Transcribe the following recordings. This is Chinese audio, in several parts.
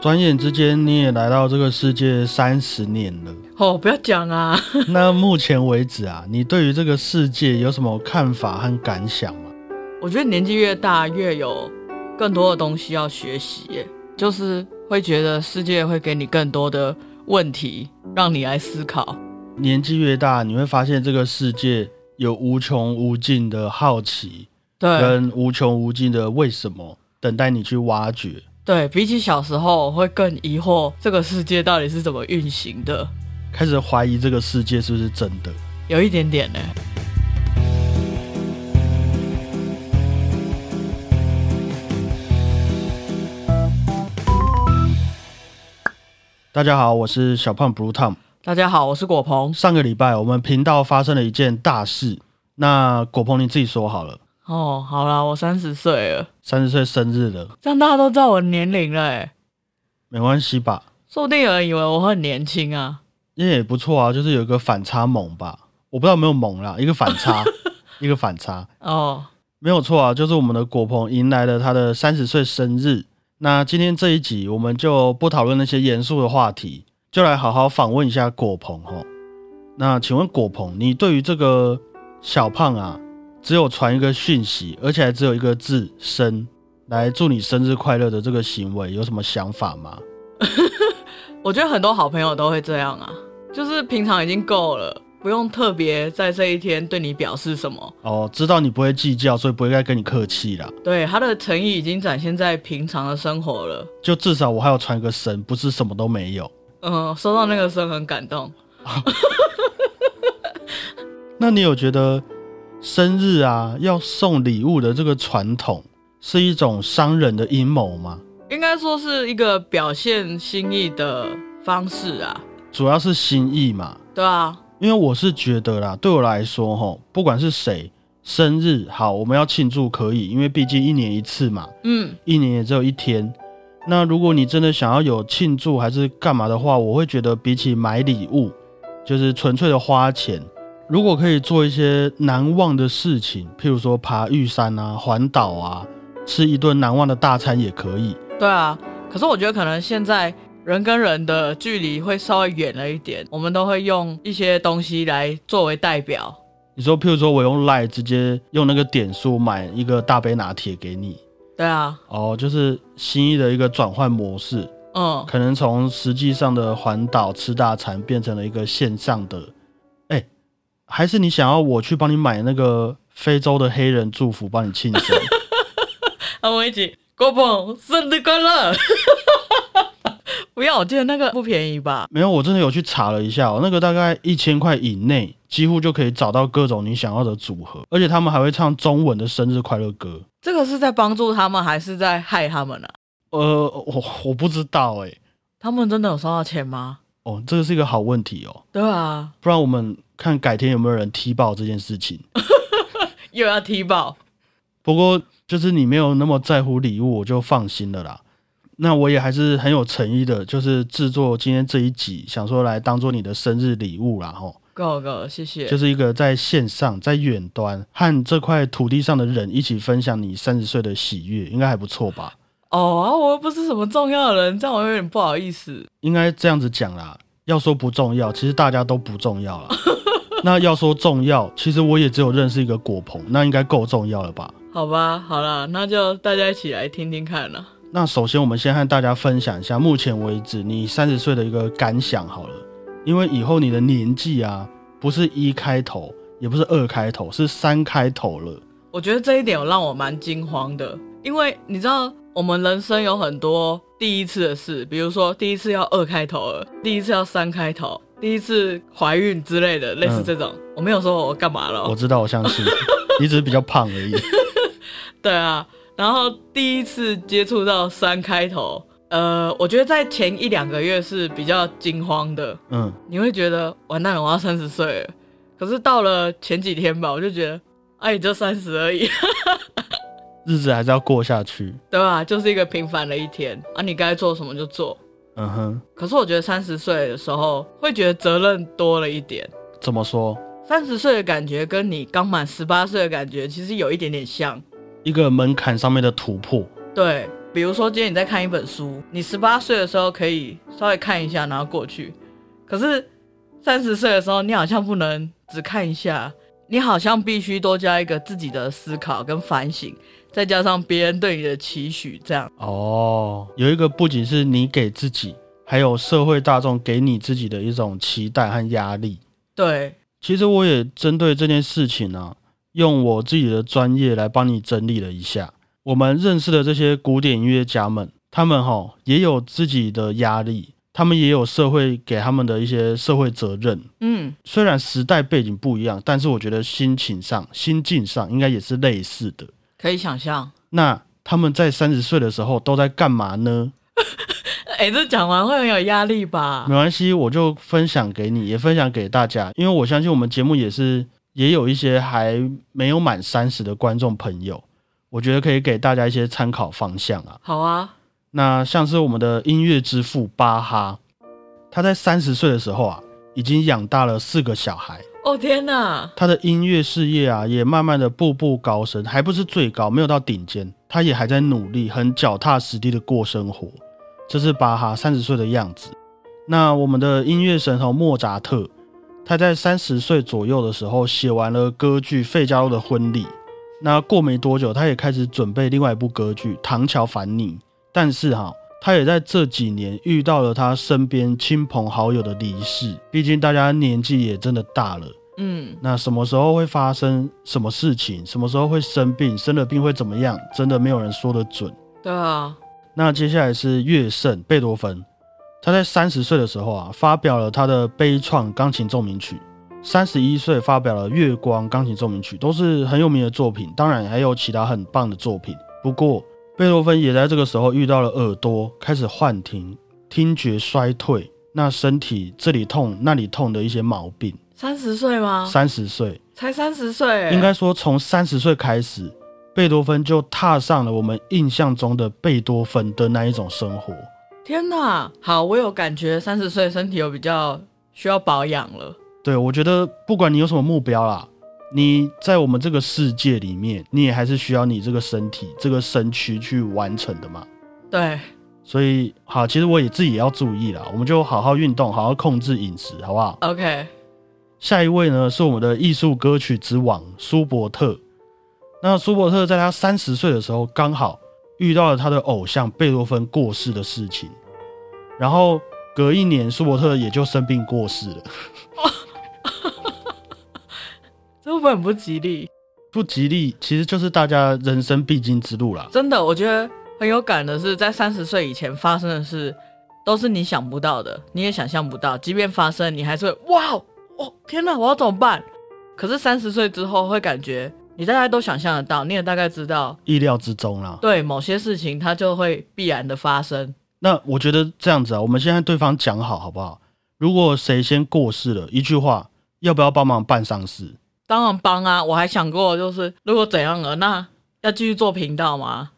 转眼之间你也来到这个世界三十年了。哦，不要讲啊！ 那目前为止啊，你对于这个世界有什么看法和感想吗？我觉得年纪越大，越有更多的东西要学习耶，就是会觉得世界会给你更多的问题，让你来思考。年纪越大，你会发现这个世界有无穷无尽的好奇，对跟无穷无尽的为什么等待你去挖掘。对，比起小时候，我会更疑惑这个世界到底是怎么运行的，开始怀疑这个世界是不是真的。有一点点呢。大家好，我是小胖 Blue Tom。大家好，我是果鹏。上个礼拜我们频道发生了一件大事，那果鹏你自己说好了，哦，好啦，我三十岁了，三十岁生日了，这样大家都知道我的年龄了耶，没关系吧？说不定有人以为我很年轻啊。因为也不错啊，就是有一个反差萌吧，我不知道有没有萌啦，一个反差，一个反差，哦，没有错啊，就是我们的果鹏迎来了他的三十岁生日。那今天这一集我们就不讨论那些严肃的话题，就来好好访问一下果鹏哈。那请问果鹏，你对于这个小胖啊，只有传一个讯息，而且还只有一个字“生”来祝你生日快乐的这个行为，有什么想法吗？我觉得很多好朋友都会这样啊，就是平常已经够了，不用特别在这一天对你表示什么。哦，知道你不会计较，所以不会再跟你客气啦。对，他的诚意已经展现在平常的生活了。就至少我还有传个神，不是什么都没有。嗯，收到那个声很感动。那你有觉得生日啊要送礼物的这个传统是一种商人的阴谋吗？应该说是一个表现心意的方式啊，主要是心意嘛，对啊，因为我是觉得啦，对我来说吼，不管是谁生日好，我们要庆祝可以，因为毕竟一年一次嘛，嗯，一年也只有一天。那如果你真的想要有庆祝还是干嘛的话，我会觉得比起买礼物，就是纯粹的花钱，如果可以做一些难忘的事情，譬如说爬玉山啊、环岛啊，吃一顿难忘的大餐也可以。对啊。可是我觉得可能现在人跟人的距离会稍微远了一点，我们都会用一些东西来作为代表。你说，譬如说我用 Line 直接用那个点数买一个大杯拿铁给你，对啊，哦，就是心意的一个转换模式，嗯，可能从实际上的环岛吃大餐变成了一个线上的，哎、还是你想要我去帮你买那个非洲的黑人祝福，帮你庆生？那我们一起，郭鹏生日快乐！ 不要，我记得那个不便宜吧？没有，我真的有去查了一下、哦，那个大概一千块以内，几乎就可以找到各种你想要的组合，而且他们还会唱中文的生日快乐歌。这个是在帮助他们，还是在害他们呢、啊？呃，我我不知道哎、他们真的有收到钱吗？哦，这个是一个好问题哦，对啊，不然我们看改天有没有人踢爆这件事情。又要踢爆。不过就是你没有那么在乎礼物，我就放心了啦。那我也还是很有诚意的，就是制作今天这一集，想说来当做你的生日礼物啦，吼，够够，谢谢。就是一个在线上、在远端和这块土地上的人一起分享你三十岁的喜悦，应该还不错吧？哦啊，我又不是什么重要的人，这样我有点不好意思。应该这样子讲啦。要说不重要，其实大家都不重要啦。那要说重要，其实我也只有认识一个果鹏，那应该够重要了吧？好吧，好啦，那就大家一起来听听看啦。那首先，我们先和大家分享一下目前为止你三十岁的一个感想好了，因为以后你的年纪啊，不是一开头，也不是二开头，是三开头了。我觉得这一点有让我蛮惊慌的，因为你知道，我们人生有很多第一次的事，比如说第一次要二开头了，第一次要三开头，第一次怀孕之类的，类似这种。我没有说我干嘛了我哦，知道，我相信你只是比较胖而已。对啊。然后第一次接触到三开头，呃，我觉得在前一两个月是比较惊慌的，嗯，你会觉得完蛋了，我要三十岁了。可是到了前几天吧，我就觉得，哎、也就三十而已，日子还是要过下去。对吧？就是一个平凡的一天啊，你该做什么就做。嗯哼，可是我觉得三十岁的时候，会觉得责任多了一点。怎么说？三十岁的感觉跟你刚满十八岁的感觉其实有一点点像，一个门槛上面的突破，对。比如说今天你在看一本书，你十八岁的时候可以稍微看一下，然后过去。可是三十岁的时候，你好像不能只看一下，你好像必须多加一个自己的思考跟反省，再加上别人对你的期许，这样。哦，有一个不仅是你给自己，还有社会大众给你自己的一种期待和压力。对，其实我也针对这件事情啊，用我自己的专业来帮你整理了一下。我们认识的这些古典音乐家们，他们哈、也有自己的压力，他们也有社会给他们的一些社会责任。嗯，虽然时代背景不一样，但是我觉得心情上、心境上应该也是类似的。可以想象。那他们在三十岁的时候都在干嘛呢？ 哎、这讲完会很有压力吧没？关系，我就分享给你，也分享给大家，因为我相信我们节目也是也有一些还没有满三十的观众朋友，我觉得可以给大家一些参考方向啊。好啊，那像是我们的音乐之父巴哈，他在三十岁的时候啊，已经养大了四个小孩，哦天哪，他的音乐事业啊也慢慢的步步高升，还不是最高，没有到顶尖，他也还在努力，很脚踏实地的过生活。这是巴哈三十岁的样子。那我们的音乐神童莫扎特，他在三十岁左右的时候写完了歌剧《费加罗的婚礼》，那过没多久，他也开始准备另外一部歌剧《唐乔凡尼》。但是哈、他也在这几年遇到了他身边亲朋好友的离世，毕竟大家年纪也真的大了。嗯，那什么时候会发生什么事情，什么时候会生病，生了病会怎么样，真的没有人说得准。对啊，那接下来是乐圣贝多芬，他在三十岁的时候啊，发表了他的悲怆钢琴奏鸣曲，三十一岁发表了月光钢琴奏鸣曲，都是很有名的作品。当然还有其他很棒的作品，不过贝多芬也在这个时候遇到了耳朵开始幻听、听觉衰退，那身体这里痛那里痛的一些毛病。三十岁吗？三十岁。才三十岁，应该说从三十岁开始，贝多芬就踏上了我们印象中的贝多芬的那一种生活。天哪，好，我有感觉三十岁身体有比较需要保养了。对我觉得，不管你有什么目标啦，你在我们这个世界里面，你也还是需要你这个身体、这个身躯去完成的嘛。对，所以，好，其实我也自己也要注意啦，我们就好好运动，好好控制饮食，好不好？ OK，下一位呢是我们的艺术歌曲之王舒伯特。那舒伯特在他三十岁的时候，刚好遇到了他的偶像贝多芬过世的事情，然后隔一年，舒伯特也就生病过世了。这会不会很不吉利？不吉利其实就是大家人生必经之路啦。真的，我觉得很有感的是，在三十岁以前发生的事，都是你想不到的，你也想象不到。即便发生，你还是会哇哦，哦天哪，我要怎么办？可是三十岁之后，会感觉你大概都想象得到，你也大概知道，意料之中啦。对某些事情它就会必然的发生。那我觉得这样子啊，我们先和对方讲好，好不好？如果谁先过世了，一句话，要不要帮忙办丧事？当然帮啊，我还想过，就是如果怎样了，那要继续做频道吗？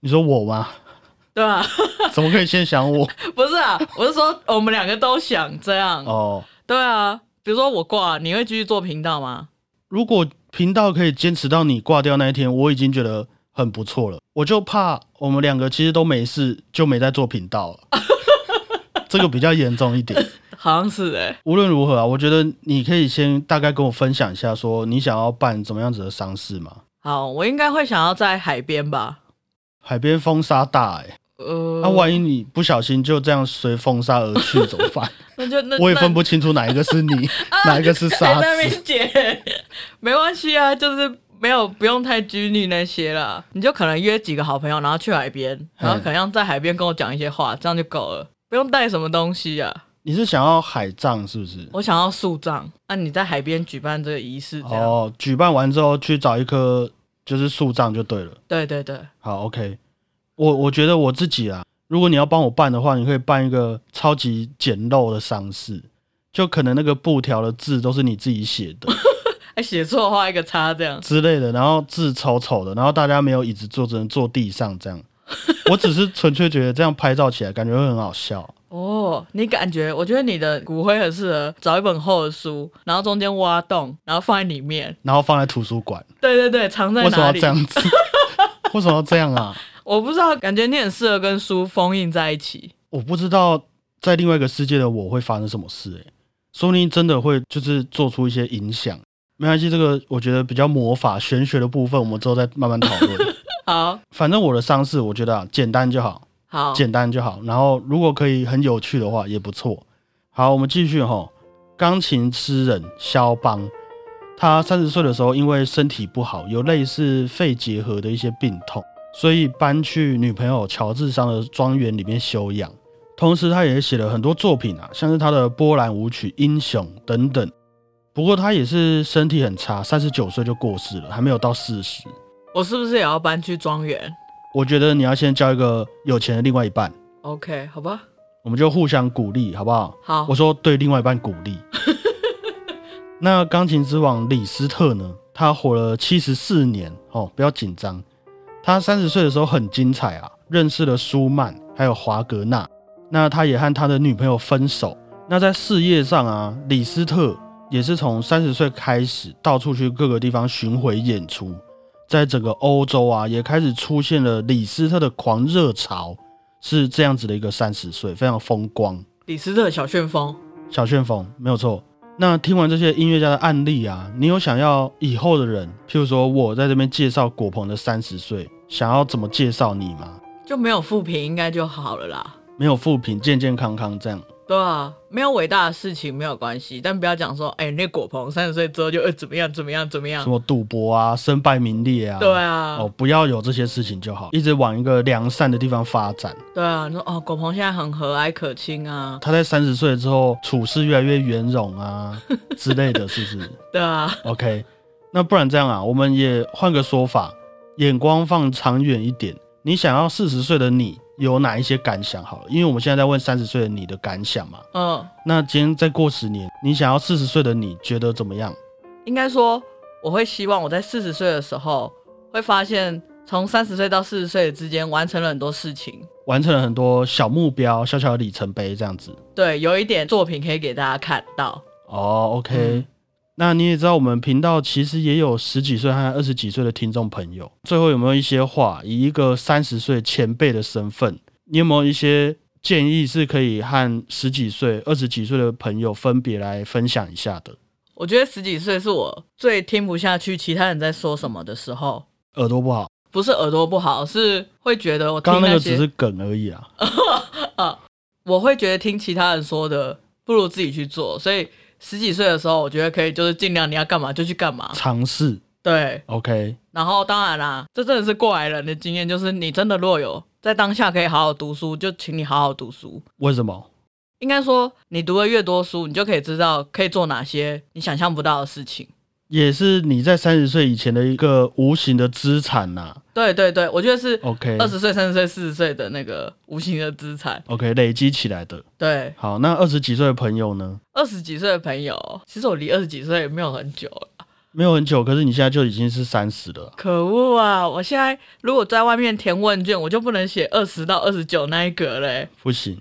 你说我吗？ 对吧、怎么可以先想我？ 不是啊，我是说我们两个都想这样。哦。对啊，比如说我挂，你会继续做频道吗？如果频道可以坚持到你挂掉那一天，我已经觉得很不错了。我就怕我们两个其实都没事，就没在做频道了。这个比较严重一点。好像是哎、无论如何啊，我觉得你可以先大概跟我分享一下，说你想要办怎么样子的丧事嘛？好，我应该会想要在海边吧。海边风沙大哎、呃，那、万一你不小心就这样随风沙而去怎么办？那就那我也分不不清楚哪一个是你，哪一个是 沙啊那子。边姐，没关系啊，就是没有不用太拘泥那些啦。你就可能约几个好朋友，然后去海边，然后可能要在海边跟我讲一些话，这样就够了，不用带什么东西啊。你是想要海葬是不是？我想要树葬，那、你在海边举办这个仪式，这样、哦，举办完之后去找一棵就是树葬就对了。对对对，好，OK，我我觉得我自己啊，如果你要帮我办的话，你可以办一个超级简陋的丧事，就可能那个布条的字都是你自己写 的哎，写错画一个叉这样。之类的，然后字丑丑的，然后大家没有椅子坐，只能坐地上这样。 我只是纯粹觉得这样拍照起来感觉会很好笑。哦，你感觉？我觉得你的骨灰很适合找一本厚的书，然后中间挖洞，然后放在里面。然后放在图书馆，对对对，藏在为什么哪要 里这？样子？为什么要这样啊？我不知道，感觉你很适合跟书封印在一起。我不知道在另外一个世界的我会发生什么事、欸，诶，说不定真的会就是做出一些影响。没关系，这个我觉得比较魔法玄学的部分，我们之后再慢慢讨论。好反正我的伤势，我觉得、啊、简单就好，好，简单就好。然后如果可以很有趣的话，也不错。好，我们继续哈。钢琴诗人肖邦，他三十岁的时候，因为身体不好，有类似肺结核的一些病痛，所以搬去女朋友乔治桑的庄园里面休养。同时，他也写了很多作品啊，像是他的波兰舞曲《英雄》等等。不过，他也是身体很差，三十九岁就过世了，还没有到四十。我是不是也要搬去庄园我觉得你要先交一个有钱的另外一半， ？OK，好吧，我们就互相鼓励，好不好？好我，说对另外一半鼓励。那钢琴之王李斯特呢？他活了七十四年哦，不要紧张。他三十岁的时候很精彩啊，认识了舒曼，还有华格纳。那他也和他的女朋友分手。那在事业上啊，李斯特也是从三十岁开始到处去各个地方巡回演出，在整个欧洲啊，也开始出现了李斯特的狂热潮，是这样子的一个三十岁，非常风光。李斯特小旋风，小旋风，没有错。那听完这些音乐家的案例啊，你有想要以后的人，譬如说我在这边介绍果鹏的三十岁，想要怎么介绍你吗？就没有负评应该就好了啦。没有负评，健健康康这样。对啊，没有伟大的事情没有关系，但不要讲说，哎、那果鹏三十岁之后就呃怎么样怎么样怎么样什。么赌博啊，身败名裂啊，对啊，哦，不要有这些事情就好，一直往一个良善的地方发展。对啊，你说哦，果鹏现在很和蔼可亲啊，他在三十岁之后处事越来越圆融啊之类的，是不是对啊， ？OK，那不然这样啊，我们也换个说法，眼光放长远一点。你想要四十岁的你有哪一些感想？好了，因为我们现在在问三十岁的你的感想嘛。嗯，那今天再过十年，你想要四十岁的你觉得怎么样？应该说我会希望我在四十岁的时候会发现，从三十岁到四十岁之间完成了很多事情，完成了很多小目标、小小的里程碑，这样子。对，有一点作品可以给大家看到。哦，OK、嗯那你也知道，我们频道其实也有十几岁和二十几岁的听众朋友。最后有没有一些话，以一个三十岁前辈的身份，你有没有一些建议是可以和十几岁、二十几岁的朋友分别来分享一下的？我觉得十几岁是我最听不下去其他人在说什么的时候，耳朵不好，不是耳朵不好，是会觉得我听刚刚那个些只是梗而已啊。我会觉得听其他人说的，不如自己去做。所以十几岁的时候，我觉得可以就是尽量你要干嘛就去干嘛。尝试对， ，OK，然后当然啦，这真的是过来人的经验，就是你真的若有在当下可以好好读书，就请你好好读书。为什么？应该说，你读的越多书，你就可以知道可以做哪些你想象不到的事情。也是你在三十岁以前的一个无形的资产啊呐、对对对，我觉得是 OK，二十岁、三十岁、四十岁的那个无形的资产。 OK 累积起来的。对，好，那二十几岁的朋友呢？二十几岁的朋友，其实我离二十几岁也没有很久了。没有很久，可是你现在就已经是三十了。可恶啊！我现在如果在外面填问卷，我就不能写二十到二十九那一格嘞。不行，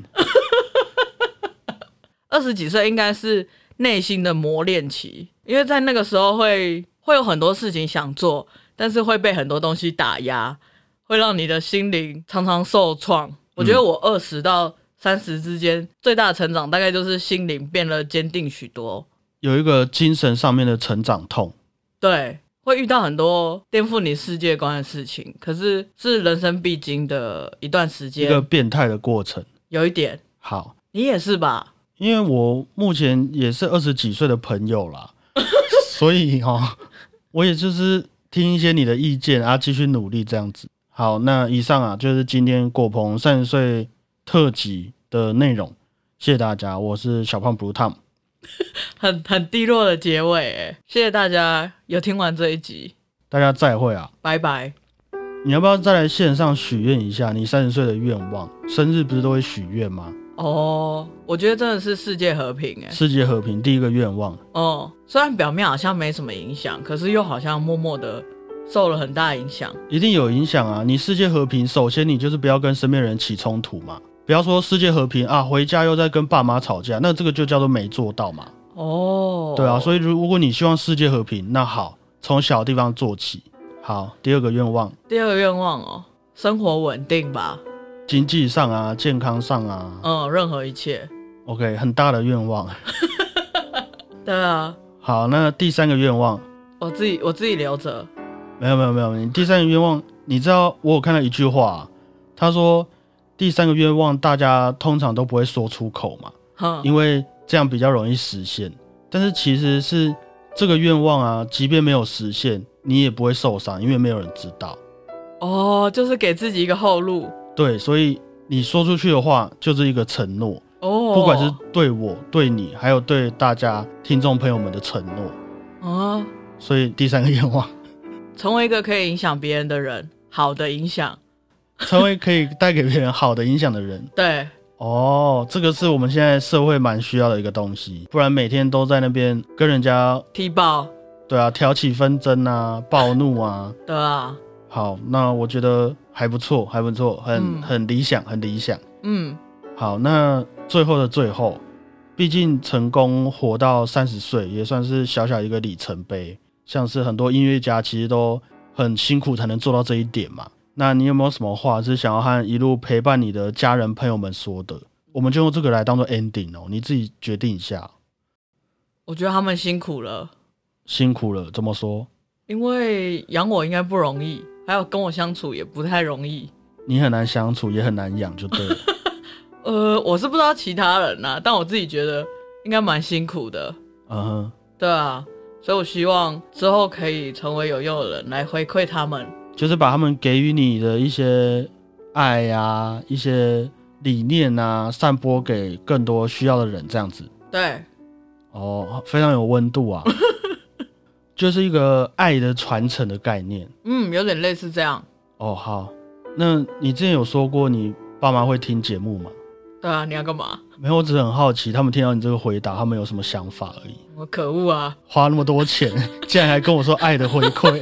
二十几岁应该是内心的磨练期，因为在那个时候会会有很多事情想做，但是会被很多东西打压，会让你的心灵常常受创。我觉得我二十到三十之间最大的成长，大概就是心灵变得坚定许多。有一个精神上面的成长痛，对，会遇到很多颠覆你世界观的事情，可是是人生必经的一段时一个间，变态的过程。有一点。好，你也是吧？因为我目前也是二十几岁的朋友啦， 所以哈、哦，我也就是听一些你的意见啊，继续努力这样子。好，那以上啊就是今天果鹏三十岁特辑的内容，谢谢大家，我是小胖 Blue Tom，很 很低落的结尾耶，谢谢大家有听完这一集，大家再会啊！拜拜。你要不要再来线上许愿一下你三十岁的愿望？生日不是都会许愿吗？哦，我觉得真的是世界和平哎。世界和平第一个愿望。哦，虽然表面好像没什么影响，可是又好像默默的受了很大影响。一定有影响啊！你世界和平，首先你就是不要跟身边人起冲突嘛，不要说世界和平啊，回家又在跟爸妈吵架，那这个就叫做没做到嘛。哦，对啊，所以以如果你希望世界和平，那好，从小地方做起。好，第二个愿望，第二个愿望哦，生活稳定吧，经济上啊，健康上啊嗯，任何一切。 ，OK，很大的愿望。对啊，好，那第三个愿望，我自己我自己留着。没有没有没有，你第三个愿望，你知道我有看到一句话、啊他说第三个愿望大家通常都不会说出口嘛，哼，因为这样比较容易实现。但是其实是这个愿望啊，即便没有实现，你也不会受伤，因为没有人知道。哦，就是给自己一个后路。对，所以你说出去的话就是一个承诺，哦，不管是对我、对你，还有对大家听众朋友们的承诺。啊，所以第三个愿望，成为一个可以影响别人的人，好的影响。成为可以带给别人好的影响的人。对，哦，这个是我们现在社会蛮需要的一个东西，不然每天都在那边跟人家踢爆，对啊挑起纷争啊、暴怒啊。对啊，好，那我觉得还不错，还不错，很、嗯很理想，很理想。嗯，好，那最后的最后，毕竟成功活到三十岁，也算是小小一个里程碑。像是很多音乐家其实都很辛苦才能做到这一点嘛。那你有没有什么话是想要和一路陪伴你的家人朋友们说的？我们就用这个来当做 ending 哦，你自己决定一下。我觉得他们辛苦了，辛苦了，怎么说？因为养我应该不容易，还有跟我相处也不太容易。你很难相处，也很难养，就对了。呃，我是不知道其他人呐、但我自己觉得应该蛮辛苦的。嗯哼，对啊，所以我希望之后可以成为有用的人来回馈他们。就是把他们给予你的一些爱呀、一些理念啊，散播给更多需要的人，这样子。对，哦，非常有温度啊， 就是一个爱的传承的概念。嗯，有点类似这样。哦，好，那你之前有说过你爸妈会听节目吗？对啊，你要干嘛？没有，我只是很好奇，他们听到你这个回答，他们有什么想法而已。我可恶啊！花那么多钱，竟然还跟我说爱的回馈，